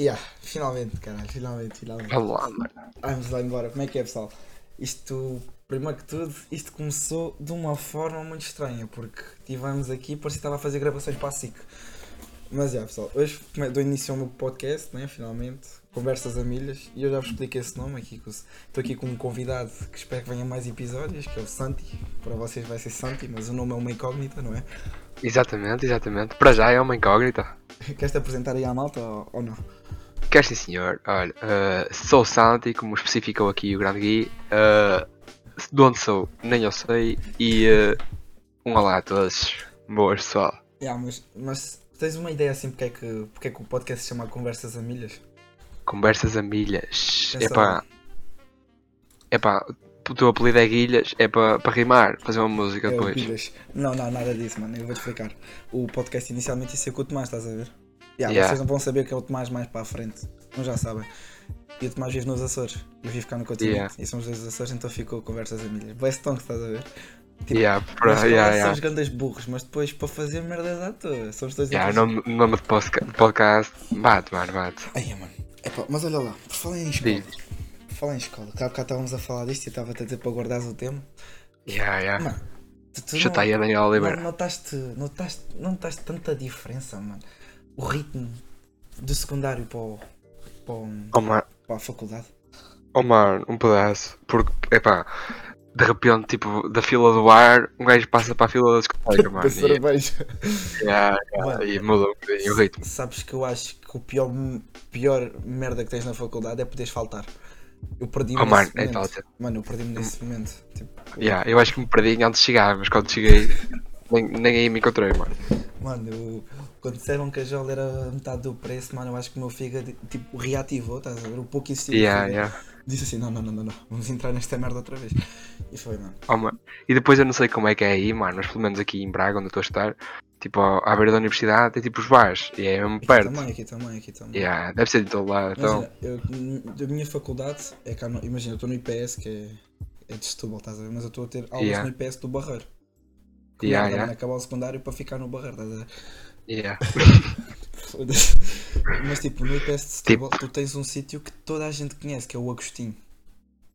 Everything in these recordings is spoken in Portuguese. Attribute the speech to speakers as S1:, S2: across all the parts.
S1: Yeah, finalmente, caralho, finalmente, finalmente.
S2: Vamos lá, mano.
S1: Vamos lá embora. Como é que é, pessoal? Isto, primeiro que tudo, isto começou de uma forma muito estranha, porque tivemos aqui, parecia que estava a fazer gravações para a SIC. Mas é, pessoal, hoje come- dou início ao meu podcast, né, finalmente, Conversas a Milhas, e eu já vos expliquei esse nome aqui, com- estou aqui com um convidado que espero que venha mais episódios, que é o Santi, para vocês vai ser Santi, mas o nome é uma incógnita, não é?
S2: Exatamente, exatamente. Para já é uma incógnita.
S1: Queres-te apresentar aí à malta ou, ou não?
S2: Quer sim, assim, senhor. Olha, eh, sou Santi, como especificou aqui o grande Gui. Eh, de onde sou, nem eu sei. E eh, um olá a todos. Boas, pessoal.
S1: Yeah, mas, mas tens uma ideia assim porque é que, porque é que o podcast se chama Conversas a Milhas?
S2: Conversas a milhas.
S1: Pensa
S2: Epá. Epá, o teu apelido é Guilhas, é para rimar, fazer uma música
S1: É,
S2: depois.
S1: pilhas. Não, não, nada disso, mano. Eu vou te explicar. O podcast inicialmente ia ser com o Tomás, estás a ver? Yeah,
S2: Yeah.
S1: Vocês não vão saber que é o Tomás mais para a frente. Não já sabem. E o Tomás vive nos Açores. Eu vivo cá no continente.
S2: Yeah.
S1: E somos dois dos Açores, então ficou conversas a milhas. Boa stonk, estás a ver? tipo,
S2: Yeah, pra,
S1: Nós
S2: yeah,
S1: também
S2: yeah.
S1: somos grandes burros, mas depois para fazer merdas à toa. Somos dois
S2: Yeah, o
S1: atores-
S2: nome, o nome de posca- de podcast. Bate, mano, bate.
S1: Ai, mano. Epá, mas olha lá, por falar em escola. Por falar em escola, que há bocado estávamos a falar disto e eu estava-te a dizer para guardares o tema.
S2: Yeah, yeah.
S1: Mano, tu, tu não-
S2: Chuta aí a Daniel Oliveira.
S1: Não, notaste, notaste, não notaste tanta diferença, mano. O ritmo do secundário para, o- para, o-
S2: Oh, mano.
S1: para a faculdade.
S2: Oh mano, um pedaço. Porque, epá, de repente, tipo, da fila do ar, um gajo passa para a fila da discoteca, mano. E, yeah, yeah,
S1: Mano.
S2: e muda um bocadinho o ritmo.
S1: Sabes que eu acho que o pior, pior merda que tens na faculdade é poderes faltar. Eu perdi-me
S2: Oh, mano,
S1: nesse
S2: é
S1: momento.
S2: tal. Hum.
S1: Mano, eu perdi-me nesse momento. Tipo,
S2: Yeah, eu acho que me perdi antes de chegar, mas quando cheguei, nem, nem aí me encontrei, mano.
S1: mano, eu- quando disseram que a jola era metade do preço, mano, eu acho que o meu fígado tipo, reativou, estás a ver? O pouco instinto.
S2: Yeah, yeah.
S1: Disse assim: não, não, não, não, não, vamos entrar nesta merda outra vez. E foi, mano.
S2: Oh, mano. E depois eu não sei como é que é aí, mano, mas pelo menos aqui em Braga, onde eu estou a estar, tipo, ao- à beira da universidade, tem tipo os bares, e é mesmo
S1: Aqui
S2: perto.
S1: também, aqui também, aqui também.
S2: Yeah, deve ser de todo lado, então.
S1: Imagina, eu, da minha faculdade, é cá no- imagina, eu estou no IPS, que é, é de Setúbal, estás a ver? Mas eu estou a ter aulas
S2: Yeah.
S1: no IPS do Barreiro. Que
S2: Yeah,
S1: merda,
S2: yeah.
S1: mano, Acabar o secundário para ficar no Barreiro, estás a ver?
S2: Yeah.
S1: Foda-se. Mas tipo, no IPS de Setúbal, tu tens um sítio que toda a gente conhece, que é o Agostinho.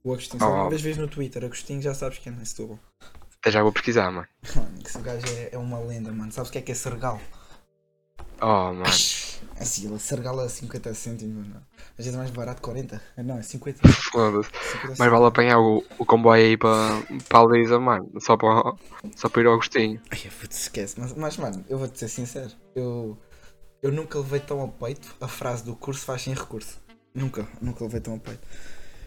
S1: O Agostinho, se
S2: Oh.
S1: alguma vez vês no Twitter, Agostinho, já sabes quem é em Setúbal.
S2: Até já vou pesquisar, mano.
S1: Mano, esse gajo é, é uma lenda, mano. Sabes o que é que é Sergal?
S2: Oh, mano.
S1: Assim, ele Sergal a 50 cêntimos, mano. Às vezes é mais barato 40. Não, é 50.
S2: Foda-se.
S1: 50
S2: Mas vale apanhar o, o comboio aí para a Lisa, mano. Só para só para ir ao Agostinho.
S1: Ai, eu vou te esquece, mas, mas mano, eu vou-te ser sincero, eu, eu nunca levei tão a peito a frase do curso faz sem recurso. Nunca, nunca levei tão a peito.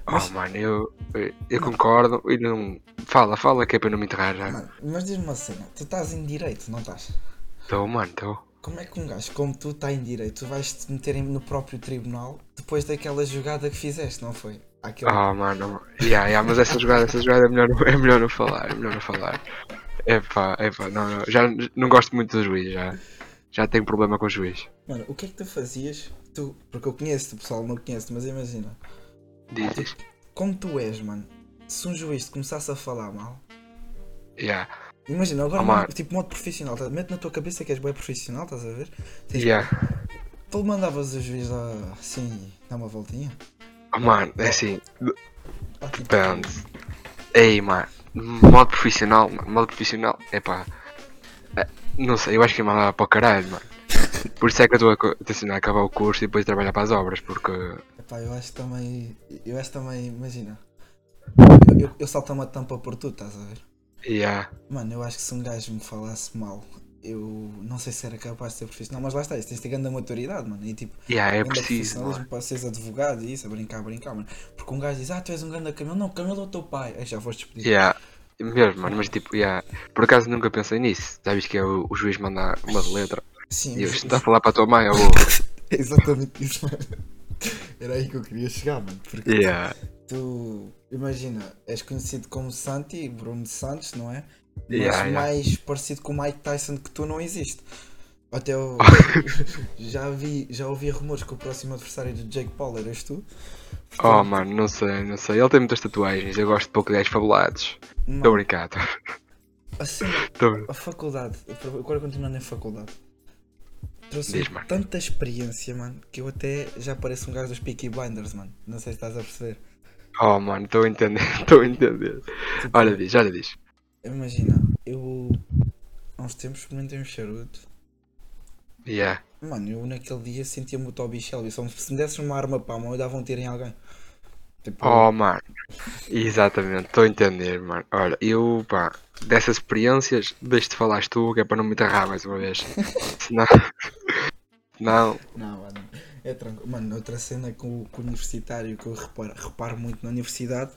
S1: Mas-
S2: Oh, mano, eu, eu- eu concordo e não. Fala, fala que é para eu não me enterrar já.
S1: Mano, mas diz-me uma cena, tu estás em direito, não estás?
S2: Estou, mano, estou.
S1: Como é que um gajo como tu está em direito, tu vais te meter em- no próprio tribunal depois daquela jogada que fizeste, não foi? Aquele...
S2: Oh, mano. Yeah, yeah, mas essa jogada, essa jogada é melhor, não- é melhor não falar, é melhor não falar. Epá, epá, não, não. Já não gosto muito do juiz, já. Já tenho problema com o juiz.
S1: Mano, o que é que tu fazias? Tu, porque eu conheço-te, pessoal, não conheço-te, mas imagina,
S2: Dizes.
S1: como tu és, mano, se um juiz te começasse a falar mal,
S2: Yeah,
S1: Imagina, agora
S2: Oh, mano.
S1: tipo modo profissional, tá? mete na tua cabeça que és bem profissional, estás a ver? Tens-
S2: yeah.
S1: Tu mandavas o juiz lá, assim dar uma voltinha?
S2: Oh, mano, é assim.
S1: Ah, tipo,
S2: Depende. Ei, mano. Modo profissional, mano. Modo profissional. Epá. É, Não sei, eu acho que mandava para o caralho, mano. Por isso é que eu estou a co- tencionar acabar o curso e depois trabalhar para as obras, porque.
S1: Epá, eu acho também. Eu acho também, imagina. Eu, eu, eu salto uma tampa por tudo, estás a ver?
S2: Yeah,
S1: Mano, eu acho que se um gajo me falasse mal, eu não sei se era capaz de ser profissional, mas lá está, isso tens de ter grande maturidade, mano. E tipo,
S2: yeah, é
S1: grande
S2: preciso, mano.
S1: profissionalismo para seres advogado e isso, a brincar, a brincar, mano. Porque um gajo diz, ah, tu és um grande caminhão, não, caminhão do teu pai. Aí já foste despedido.
S2: Yeah. Mesmo, mano, mas tipo, yeah. por acaso nunca pensei nisso. Já viste que é o, o juiz mandar uma de letra
S1: Sim,
S2: e eu
S1: mas-
S2: está a falar para a tua mãe, ou vou.
S1: É exatamente isso, mano. Era aí que eu queria chegar, mano. Porque
S2: Yeah,
S1: tu, imagina, és conhecido como Santi, Bruno Santos, não é? Mas
S2: Yeah, yeah.
S1: mais parecido com o Mike Tyson que tu não existe. Até eu já, vi, já ouvi rumores que o próximo adversário do Jake Paul eras tu.
S2: oh mano, não sei, não sei. Ele tem muitas tatuagens, eu gosto de pouco de gajos fabulados. Estou
S1: Mano,
S2: brincado,
S1: assim,
S2: estou
S1: a faculdade, agora continuando em faculdade. trouxe
S2: Diz, mano.
S1: tanta experiência, mano, que eu até já pareço um gajo dos Peaky Blinders, mano. Não sei se estás a perceber.
S2: Oh, mano, estou a entender, estou a entender.
S1: Tipo,
S2: Olha, diz, olha, diz.
S1: Imagina, eu há uns tempos experimentei um charuto.
S2: Yeah.
S1: Mano, eu naquele dia sentia-me o Toby Shelby. Só se me desses uma arma para a mão, eu dava um tiro em alguém. Tipo,
S2: Oh, mano. Exatamente, estou a entender, mano. Olha, eu, pá, dessas experiências, deixa-te falar tu, que é para não me enterrar mais uma vez. Senão. Não,
S1: Não, mano, é tranquilo. Mano, outra cena com, com o universitário que eu reparo, reparo muito na universidade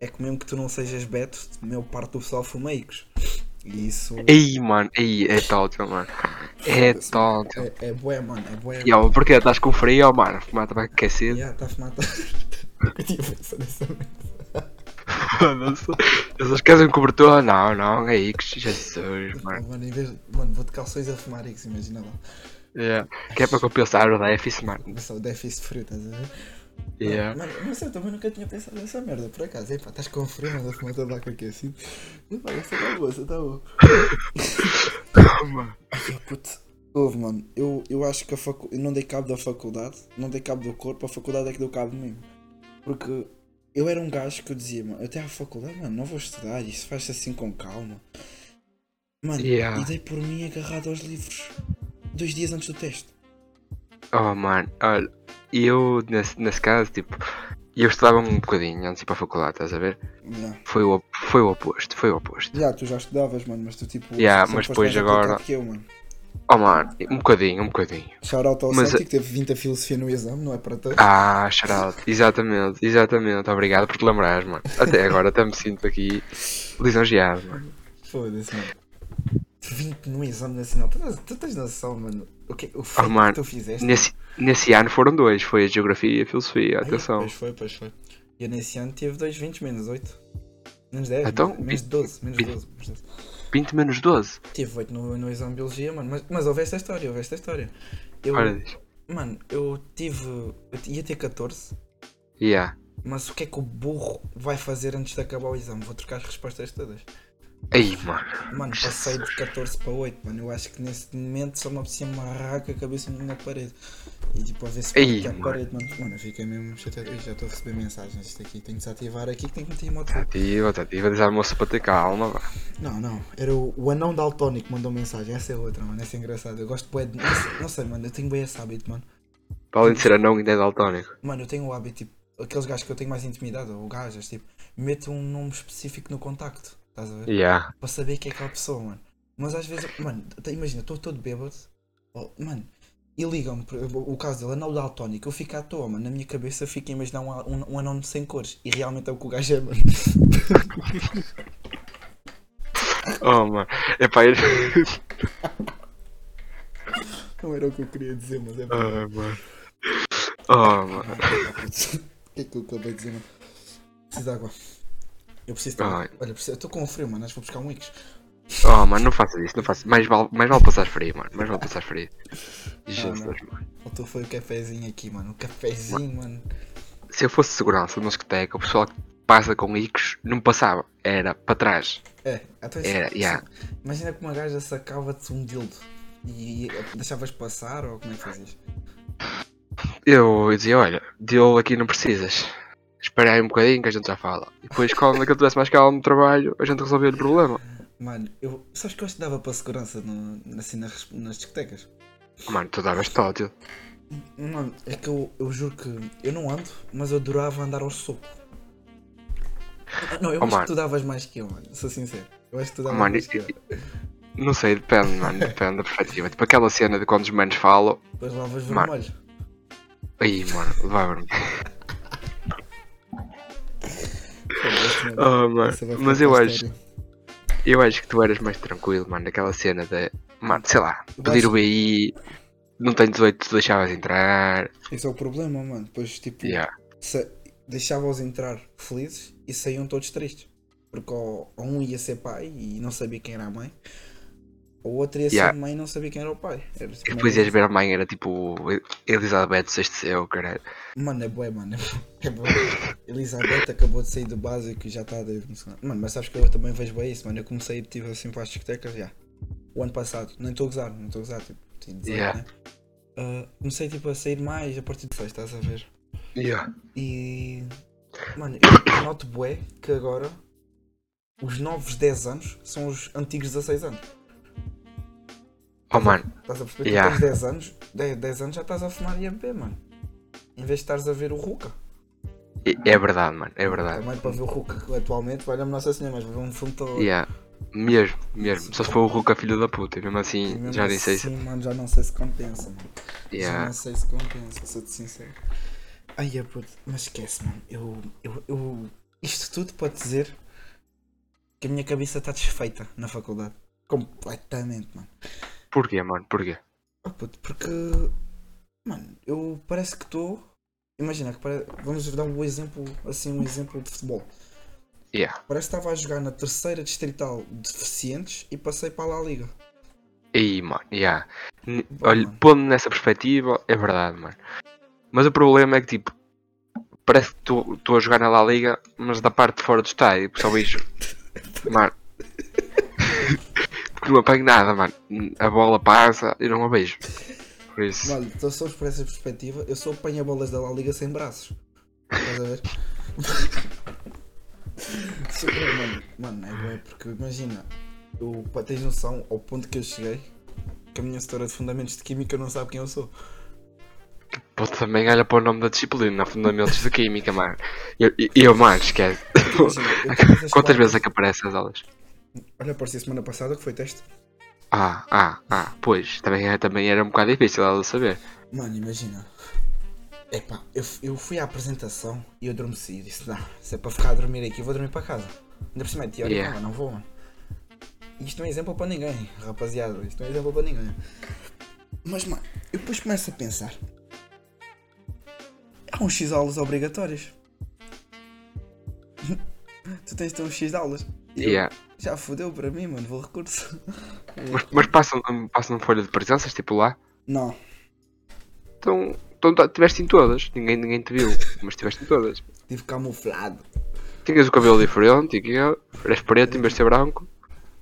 S1: é que mesmo que tu não sejas beto, a maior parte do pessoal fuma Icos. E isso
S2: Ei, mano, ei, é tótil, mano. É tótil.
S1: é, é bué, mano, é bué.
S2: Yo, porquê? Estás com frio, mano? Fumar tabaco aquecido?
S1: Yeah, tá a fumar. tá- Eu tinha pensado nessa merda.
S2: Foda-se. Vocês querem um cobertor? Não, não, é Icos, Jesus,
S1: Ah,
S2: mano.
S1: Mano, em vez mano, vou de calções a fumar Icos, imagina lá.
S2: Yeah. Que é para compensar o déficit, mano.
S1: Mas Só o déficit de frio, estás a ver?
S2: Yeah.
S1: Mano, mas eu também nunca tinha pensado nessa merda, por acaso. Epá, estás com frio, mas a fumar tabaco aquecido. Epá, isso tá bom, isso tá bom.
S2: Mano.
S1: Ai, puto. Ouve, mano, eu, eu acho que a facu... eu não dei cabo da faculdade, não dei cabo do corpo, a faculdade é que deu cabo de mim. Porque eu era um gajo que eu dizia, mano, eu até à faculdade, mano, não vou estudar, isso faz-se assim com calma. Mano,
S2: Yeah.
S1: e dei por mim agarrado aos livros. Dois dias antes do teste.
S2: Oh, mano, olha, eu, nesse, nesse caso, tipo, eu estudava um bocadinho antes de ir para a faculdade, estás a ver?
S1: Já,
S2: Foi o, op- foi o oposto, foi o oposto.
S1: Já, tu já estudavas, mano, mas tu tipo.
S2: Yeah,
S1: sempre
S2: mas
S1: foste
S2: depois
S1: mais aplicado
S2: agora-
S1: Que eu, mano.
S2: Oh, mano, um bocadinho, um bocadinho.
S1: Shout out ao
S2: Mas- é-
S1: Santi que teve 20 a filosofia no exame, não é para todos.
S2: Ah, Charaldo, exatamente, exatamente. Obrigado por te lembrares, mano. Até agora até me sinto aqui lisonjeado, mano.
S1: Foda-se, mano. 20 no exame nacional. Tu, tens- tu tens noção, mano? O que é o
S2: Oh,
S1: feito que
S2: mano,
S1: tu fizeste?
S2: Nesse, nesse ano foram dois, foi a geografia e a filosofia,
S1: Aí,
S2: atenção.
S1: Pois foi, pois foi. E eu nesse ano tive 2 20 menos 8. Menos 10,
S2: Então,
S1: menos, menos 12, menos 12. menos 12.
S2: 20 menos 12.
S1: Tive 8 no, no exame de biologia, mano. Mas, mas houve esta história, houve esta história. Eu,
S2: Olha diz.
S1: mano, eu tive. Eu ia ter 14,
S2: Yeah.
S1: mas o que é que o burro vai fazer antes de acabar o exame? Vou trocar as respostas todas.
S2: Aí, mano.
S1: Mano, passei de 14 para 8, mano. Eu acho que nesse momento só me apetecia amarrar com a cabeça na parede. E tipo, a ver se
S2: Ei,
S1: bate a
S2: mano.
S1: parede, mano. Mano, eu fiquei mesmo chateado. Ih, Já estou a receber mensagens. Isto aqui tenho que desativar aqui que tenho que meter em modo.
S2: Ativa, ativa, diz almoço para ter calma, vá.
S1: Não, não. Era o, o anão daltónico que mandou mensagem. Essa é outra, mano. Essa é engraçada. Eu gosto bué de. Não sei, não sei, mano. Eu tenho bem esse hábito, mano.
S2: Para além de ser anão, ainda é daltónico.
S1: Mano, eu tenho o hábito, tipo, aqueles gajos que eu tenho mais intimidade, ou gajas, tipo, meto um nome específico no contacto. Estás a ver?
S2: Yeah.
S1: para saber que é aquela pessoa, mano. Mas às vezes, mano, até imagina, estou todo bêbado, oh, mano, e ligam-me, por exemplo, o caso dele, anão daltónico, eu fico à toa, mano, na minha cabeça fica a imaginar um, um, um anão sem cores, e realmente é o que o gajo é, mano.
S2: Oh, mano. Epá, eu...
S1: Não era o que eu queria dizer, mas é verdade.
S2: oh, mano. Oh, mano.
S1: O que é que eu acabei de dizer, mano? Preciso de água. Eu preciso de água.
S2: Ai.
S1: Olha, preciso... eu estou com frio, mano, acho que vou buscar um Wix.
S2: Oh, mano, não faças isso, não faças. Mais vale, mais vale passar frio, mano. Mais vale passar frio. Jesus, mano.
S1: Faltou foi o cafezinho aqui, mano, o cafezinho, mano.
S2: Se eu fosse segurança numa discoteca, o pessoal que passa com icos não passava. Era para trás.
S1: É, então
S2: Era, yeah.
S1: Imagina que uma gaja sacava-te um dildo e deixavas passar, ou como é que fazias?
S2: Eu, eu dizia, olha, Diogo aqui não precisas. Espera aí um bocadinho que a gente já fala. E depois, quando aquilo tivesse mais calma no trabalho, a gente resolvia o problema.
S1: Mano, eu. Sabes que eu estudava para segurança no, assim nas, nas discotecas?
S2: Mano, tu davas tótil.
S1: Mano, é que eu, eu juro que eu não ando, mas eu adorava andar ao soco. Ah, Não, eu
S2: Oh,
S1: acho que
S2: mano. Oh,
S1: tu davas mais que eu, mano, sou sincero. Eu acho que tu davas
S2: Mano,
S1: mais que eu.
S2: Não sei, depende, mano, depende da perspectiva. Tipo aquela cena de quando os manos falam.
S1: Depois lavas
S2: mano.
S1: vermelho.
S2: Aí, mano, levava-me.
S1: Foda-se, mano.
S2: Oh, mano.
S1: Essa vai ficar
S2: Mas eu
S1: para a
S2: acho,
S1: história.
S2: eu acho que tu eras mais tranquilo, mano, daquela cena de. Mano, sei lá, pedir o BI, não tens 18, tu deixavas entrar.
S1: Esse é o problema, mano. Depois, tipo,
S2: Yeah.
S1: sa- deixava-os entrar felizes e saíam todos tristes. Porque ou, ou um ia ser pai e não sabia quem era a mãe, ou o outro ia
S2: Yeah.
S1: ser mãe e não sabia quem era o pai. Era tipo
S2: E
S1: uma
S2: depois ias
S1: coisa-
S2: ver a mãe, era tipo Elizabeth VI, caralho.
S1: Mano, é bué, mano. É bué. Elizabeth acabou de sair do básico e já está a desde Mano, mas sabes que eu também vejo bem isso, mano. Eu comecei, tipo, assim, para as discotecas, já. O ano passado. Nem estou a gozar, não estou a gozar, tipo. tinha 18,
S2: Yeah.
S1: né? Ah, comecei tipo a sair mais a partir de 6, estás a ver?
S2: Yeah.
S1: E. Mano, eu noto bué que agora os novos 10 anos são os antigos 16 anos.
S2: Oh mano,
S1: Estás a perceber?
S2: Yeah.
S1: Tu tens 10 anos, 10, 10 anos já estás a fumar IMP, mano. Em vez de estares a ver o Ruka.
S2: e- é verdade, mano, é verdade.
S1: Também para ver o Ruka que atualmente, valha-me Nossa Senhora, mas ver um filme todo.
S2: Yeah. Mesmo, mesmo. Só se for o Ruka filho da puta, e mesmo
S1: E
S2: assim
S1: mesmo
S2: já nem sei se.
S1: assim, mano, já não sei se compensa, mano. Já
S2: Yeah.
S1: não sei se compensa, sou-te sincero. Ai, é puto, mas esquece, mano. Eu, eu, eu. Isto tudo para dizer que a minha cabeça está desfeita na faculdade. Completamente, mano.
S2: Porquê, mano? Porquê?
S1: Oh, puto, porque. Mano, eu parece que estou. Imagina, que pare- vamos dar um exemplo, assim, um exemplo de futebol.
S2: Yeah.
S1: Parece que estava a jogar na terceira distrital de deficientes e passei para lá a Liga.
S2: Ei, mano, yeah. N-
S1: Bom,
S2: Olha,
S1: Hum, mano.
S2: pondo nessa perspectiva, é verdade, mano. Mas o problema é que, tipo, parece que estou a jogar na La Liga, mas da parte de fora do estádio, tipo, só vejo. mano. Porque não apanho nada, mano. A bola passa e não a vejo. Por isso.
S1: Olha, estou só então por essa perspectiva, eu sou apanha-bolas da La Liga sem braços. Estás a ver? Sou- mano, mano, é bué, porque imagina, eu, pá, tens noção ao ponto que eu cheguei, que a minha setora de fundamentos de química não sabe quem eu sou.
S2: Pô, também olha para o nome da disciplina, Fundamentos de Química, mano. Eu, eu- eu mano, esquece.
S1: Imagina, eu todas as
S2: Quantas
S1: quartas-
S2: vezes é que aparecem as aulas?
S1: Olha, apareci a semana passada que foi teste.
S2: Ah, ah, ah, pois, também, é- também era um bocado difícil ela saber.
S1: Mano, imagina. Epá, eu, f- eu fui à apresentação e eu adormeci. e Disse, não, se é para ficar a dormir aqui, eu vou dormir para casa. Ainda por cima é teórico,
S2: Yeah.
S1: não, não vou, mano. Isto não é exemplo para ninguém, rapaziada. Isto não é exemplo para ninguém. Mas, mano, eu depois começo a pensar. Há uns X aulas obrigatórias. tu tens de ter uns X aulas. E eu,
S2: Yeah.
S1: Já fodeu para mim, mano, vou recurso.
S2: Mas, mas passam, passam folha de presenças, tipo lá.
S1: Não,
S2: Então, então tá- tiveste em todas. Ninguém, ninguém te viu, mas tiveste em todas.
S1: tive camuflado.
S2: Tinhas o cabelo diferente, e que eu, eras preto em vez de ser branco.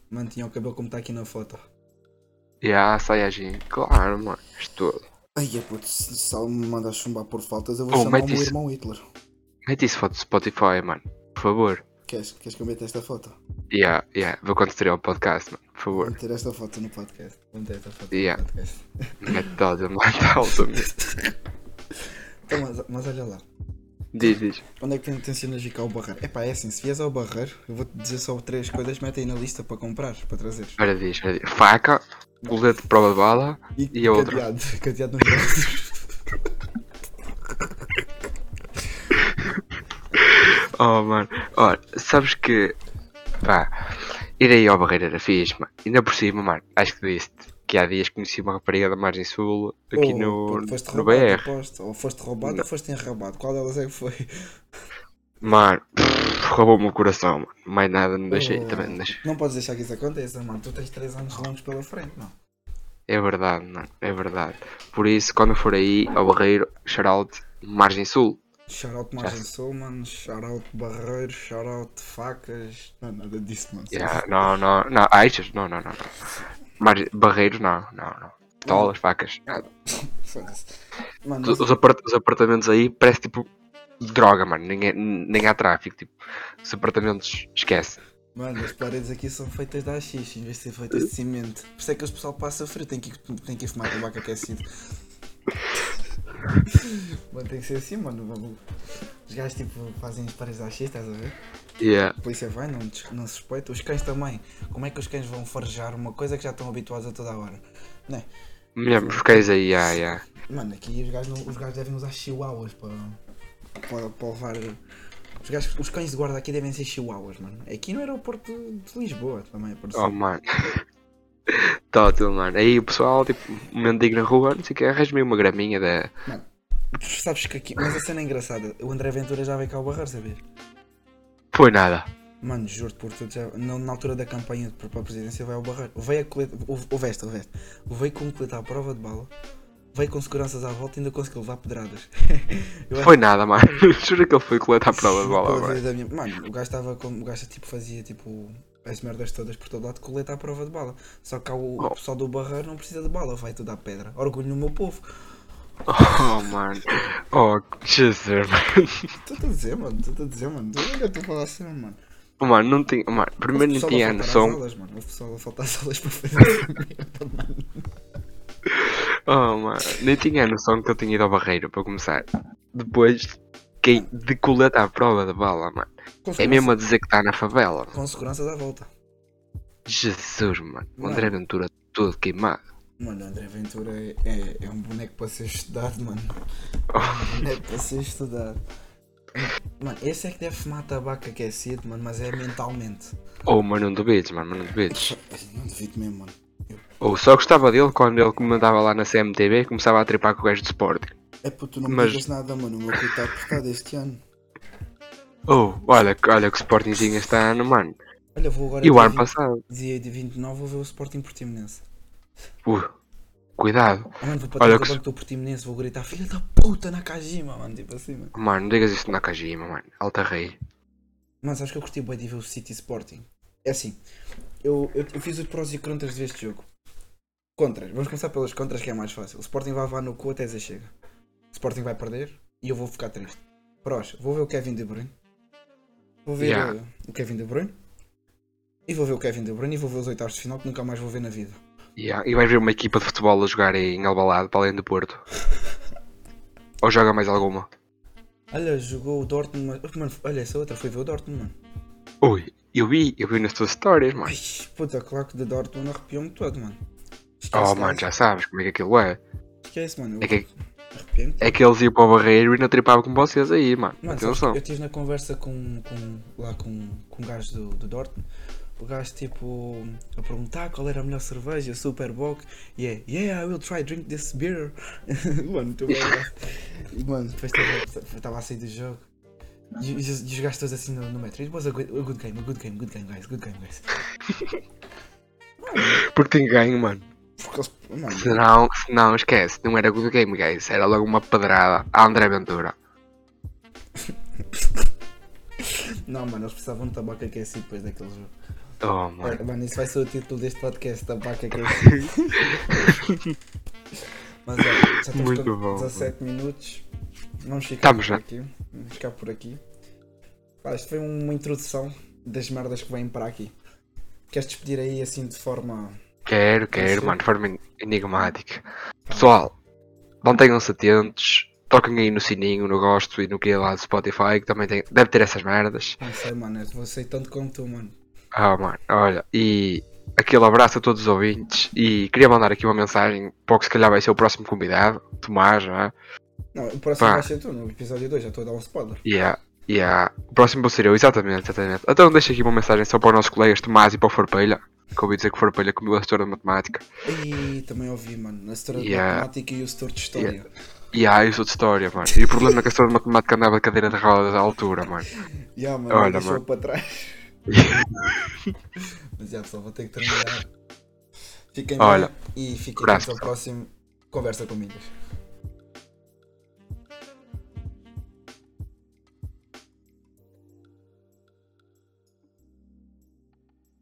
S1: Mano, tinha o cabelo como está aqui na foto.
S2: E a saiagem, claro, mano, estou.
S1: Ai, é puto, se se alguém me mandar chumbar por faltas, eu vou
S2: Oh,
S1: chamar o
S2: mete
S1: meu
S2: isso.
S1: irmão Hitler.
S2: Mete isso foto do Spotify, mano, por favor.
S1: Queres, queres que eu meta esta foto?
S2: Yeah, yeah, vou acontecer ao podcast, mano, por
S1: Vou
S2: favor.
S1: meter esta foto no podcast. Vou meter esta foto
S2: Yeah.
S1: no podcast.
S2: Mete toda, mano, tá alto, meu.
S1: Então, mas, mas olha lá,
S2: Diz, diz.
S1: onde é que tencionas ficar ao barreiro? Epá, é assim, se vieres ao barreiro, eu vou-te dizer só três coisas, mete aí na lista para comprar, para trazeres.
S2: Ora diz, ora diz. Faca, colete de prova de bala e a outra.
S1: cadeado, cadeado nos braços.
S2: Oh mano, olha, sabes que. Pá, ir aí ao Barreiro era fixe, mano. Ainda por cima, mano, acho que disse que há dias conheci uma rapariga da Margem Sul aqui
S1: Ou,
S2: no,
S1: puto, Oh, foste
S2: no
S1: roubado,
S2: BR.
S1: aposto. Ou foste roubado ou foste enrabado. Qual delas é que foi?
S2: Mano, pff, roubou-me o coração, mano. Mais nada, não deixei,
S1: Oh.
S2: também não deixei.
S1: Não podes deixar que isso aconteça, mano. Tu tens três anos longos pela frente, não.
S2: É verdade, mano, é verdade. Por isso, quando eu for aí ao Barreiro, Charalde, Margem Sul.
S1: Shoutout Margem Sul, mano. Shoutout Barreiro, shoutout Facas. Não, nada disso, mano.
S2: Yeah, não, não, não, achas? Não, não, não. não. Margem, Barreiros, não, não, não. Tolas, facas, nada.
S1: Foda-se. Mano,
S2: Os, os apart- os apartamentos aí parece tipo droga, mano. Nem, é- nem há tráfico. Tipo, os apartamentos esquece.
S1: mano, as paredes aqui são feitas de AX em vez de ser feitas de cimento. Por isso é que o pessoal passa a frio, tem que, ir- tem que ir fumar tabaco aquecido. mano, tem que ser assim, mano. Vamos- Os gajos tipo fazem as paredes de AX, estás a ver?
S2: Yeah.
S1: A polícia vai, não, des- não suspeita. Os cães também. Como é que os cães vão farejar uma coisa que já estão habituados a toda a hora? Não é?
S2: Mulher, os cães aí, yeah, yeah.
S1: Mano, aqui os gajos, não- os gajos devem usar chihuahuas para, para, para levar. eh, Os, gajos, os cães de guarda aqui devem ser chihuahuas, mano. Aqui no aeroporto de, de Lisboa também é apareceu.
S2: Oh, mano. Tótil, mano. Aí o pessoal, tipo, um mendigo na rua, não sei o que, arranja-me uma graminha da.
S1: Sabes que aqui. Mas a cena é engraçada. O André Ventura já veio cá ao barrar, saber?
S2: Foi nada.
S1: Mano, juro-te por tudo, já, na, na altura da campanha para para a presidência vai ao barreiro. Veio a colete, houve houve esta, houve esta. Veio com um colete à prova de bala, veio com seguranças à volta e ainda conseguiu levar pedradas. Eu acho
S2: Foi nada, mano. Juro que ele foi coletar a prova de bola,
S1: Pela
S2: mano.
S1: vida da minha- Mano, o gajo estava como. O gajo tipo, fazia tipo as merdas todas por todo lado, coleta à prova de bala. Só que há o, o
S2: Oh.
S1: pessoal do barreiro não precisa de bala, vai tudo à pedra. Orgulho no meu povo.
S2: Oh, mano. Oh, Jesus, mano.
S1: Estou a dizer, mano, estou a dizer, mano. Eu nunca estou a falar assim, mano.
S2: Oh, Mano, não tinha. Mano, primeiro
S1: Houve
S2: não
S1: pessoal
S2: tinha
S1: a faltar às
S2: noção.
S1: aulas, mano. Houve pessoal a faltar às aulas para fazer essa merda, mano.
S2: Oh, mano. Nem tinha noção que eu tinha ido ao barreiro, para começar. Depois, quem de coleta à prova de bala, mano.
S1: Com
S2: É
S1: segurança-
S2: mesmo a dizer que está na favela.
S1: Com seguranças à volta.
S2: Jesus, mano. O André Ventura todo queimado.
S1: Mano, o André Ventura é, é, é um boneco para ser estudado, mano. É um boneco para ser estudado. Mano, esse é que deve fumar tabaco aquecido, mano, mas é mentalmente.
S2: Oh, mano, não duvides, mano, mas não duvides.
S1: Não devido mesmo, mano. Eu-
S2: Ou só gostava dele quando ele comandava lá na CMTV e começava a tripar com o gajo de Sporting.
S1: É porque tu não me
S2: Mas-
S1: digas nada, mano. O meu cu está apertado este ano.
S2: Oh, olha, que- olha que o Sporting tinha este ano, mano.
S1: Olha, vou agora.
S2: E o
S1: dia
S2: ano
S1: vinte-
S2: passado.
S1: Dia de 29 vou ver o Sporting Portimonense.
S2: Uh, cuidado.
S1: Ah, mano, vou para
S2: Olha
S1: trás
S2: que
S1: do
S2: se-
S1: banco do Portimonense, vou gritar filha da puta na Kajima, mano. Tipo assim, mano.
S2: Mano, não digas isso na Kajima, mano. Alta rei.
S1: Mano, sabes que eu curti bem de ver o City Sporting? É assim, eu, eu, eu fiz os prós e contras deste jogo. Contras, vamos começar pelas contras que é mais fácil. O Sporting vai levar no cu até Zé chega. O Sporting vai perder e eu vou ficar triste. Prós, vou ver o Kevin De Bruyne. Vou ver
S2: Yeah.
S1: eh, o Kevin De Bruyne. E vou ver o Kevin De Bruyne e vou ver os oitavos de final que nunca mais vou ver na vida.
S2: E há- e vais ver uma equipa de futebol a jogar em Albalade, para além do Porto. Ou joga mais alguma?
S1: Olha, jogou o Dortmund, mas... Oh, Mano, olha, essa outra foi ver o Dortmund, mano.
S2: Ui, eu vi, eu vi nas tuas histórias,
S1: Ai,
S2: mano.
S1: puta, claro que o Dortmund arrepiou-me todo, mano. Esquece,
S2: Oh, mano,
S1: cara.
S2: já sabes como é que aquilo é.
S1: Esquece, mano.
S2: É que,
S1: Arrepiei-me
S2: é que eles iam para o barreiro e não tripavam com vocês aí, mano.
S1: Mano, sabes que
S2: Atenção.
S1: eu estive na conversa com, com- lá com, com um gajo do, do Dortmund, o gajo tipo a perguntar qual era a melhor cerveja, Super Bock, e é Yeah, I will try drink this beer. mano, tu Mano, depois estava a sair do jogo. E, e, os- e os gajos todos assim no, no metro. It was a good, a good game, a good game, good game, guys, good game, guys.
S2: Porque tem ganho, mano.
S1: Porque eles- mano,
S2: Se não, se não, esquece. Não era good game, guys. Era logo uma pedrada. A André Ventura.
S1: não, mano, eles precisavam de tabaco aquecido depois daquele jogo.
S2: Oh, mano.
S1: Olha, Mano, isso vai ser o título deste podcast, tá tabaco aquecido. Mas olha, já estamos
S2: Muito
S1: com
S2: bom,
S1: 17 minutos. Vamos ficar
S2: Estamos
S1: por
S2: já.
S1: aqui. Vamos ficar por aqui. Pá, isto foi uma introdução das merdas que vêm para aqui. Queres despedir aí assim de forma.
S2: Quero,
S1: Deve ser.
S2: quero, mano. De forma en- enigmática. Pessoal, mantenham-se atentos. Toquem aí no sininho, no gosto e no que é lá do Spotify, que também tem, deve ter essas merdas.
S1: Não sei, mano, eu vou ser tanto como tu, mano.
S2: Ah, mano, olha. E aquele abraço a todos os ouvintes. E queria mandar aqui uma mensagem para o que se calhar vai ser o próximo convidado, Tomás, não é?
S1: Não, o próximo
S2: Pá.
S1: vai ser tu, no episódio 2, já estou a dar um spoiler.
S2: Yeah, yeah. O próximo vou ser eu, exatamente, exatamente. Então deixa aqui uma mensagem só para os nossos colegas Tomás e para o Forpelha, que eu ouvi dizer que o Forpelha comeu a história de matemática.
S1: E também ouvi, mano, a setor de
S2: Yeah.
S1: matemática e o setor de história.
S2: E ah, eu sou de história, mano. E o problema é que a história de matemática andava de cadeira de rodas à altura, mano.
S1: Yeah, mano,
S2: Olha,
S1: deixou
S2: mano.
S1: para trás. Mas já, pessoal, vou ter que terminar. Fiquem
S2: Olha,
S1: bem e fiquem
S2: abraço,
S1: atentos ao próximo Conversa Comidas.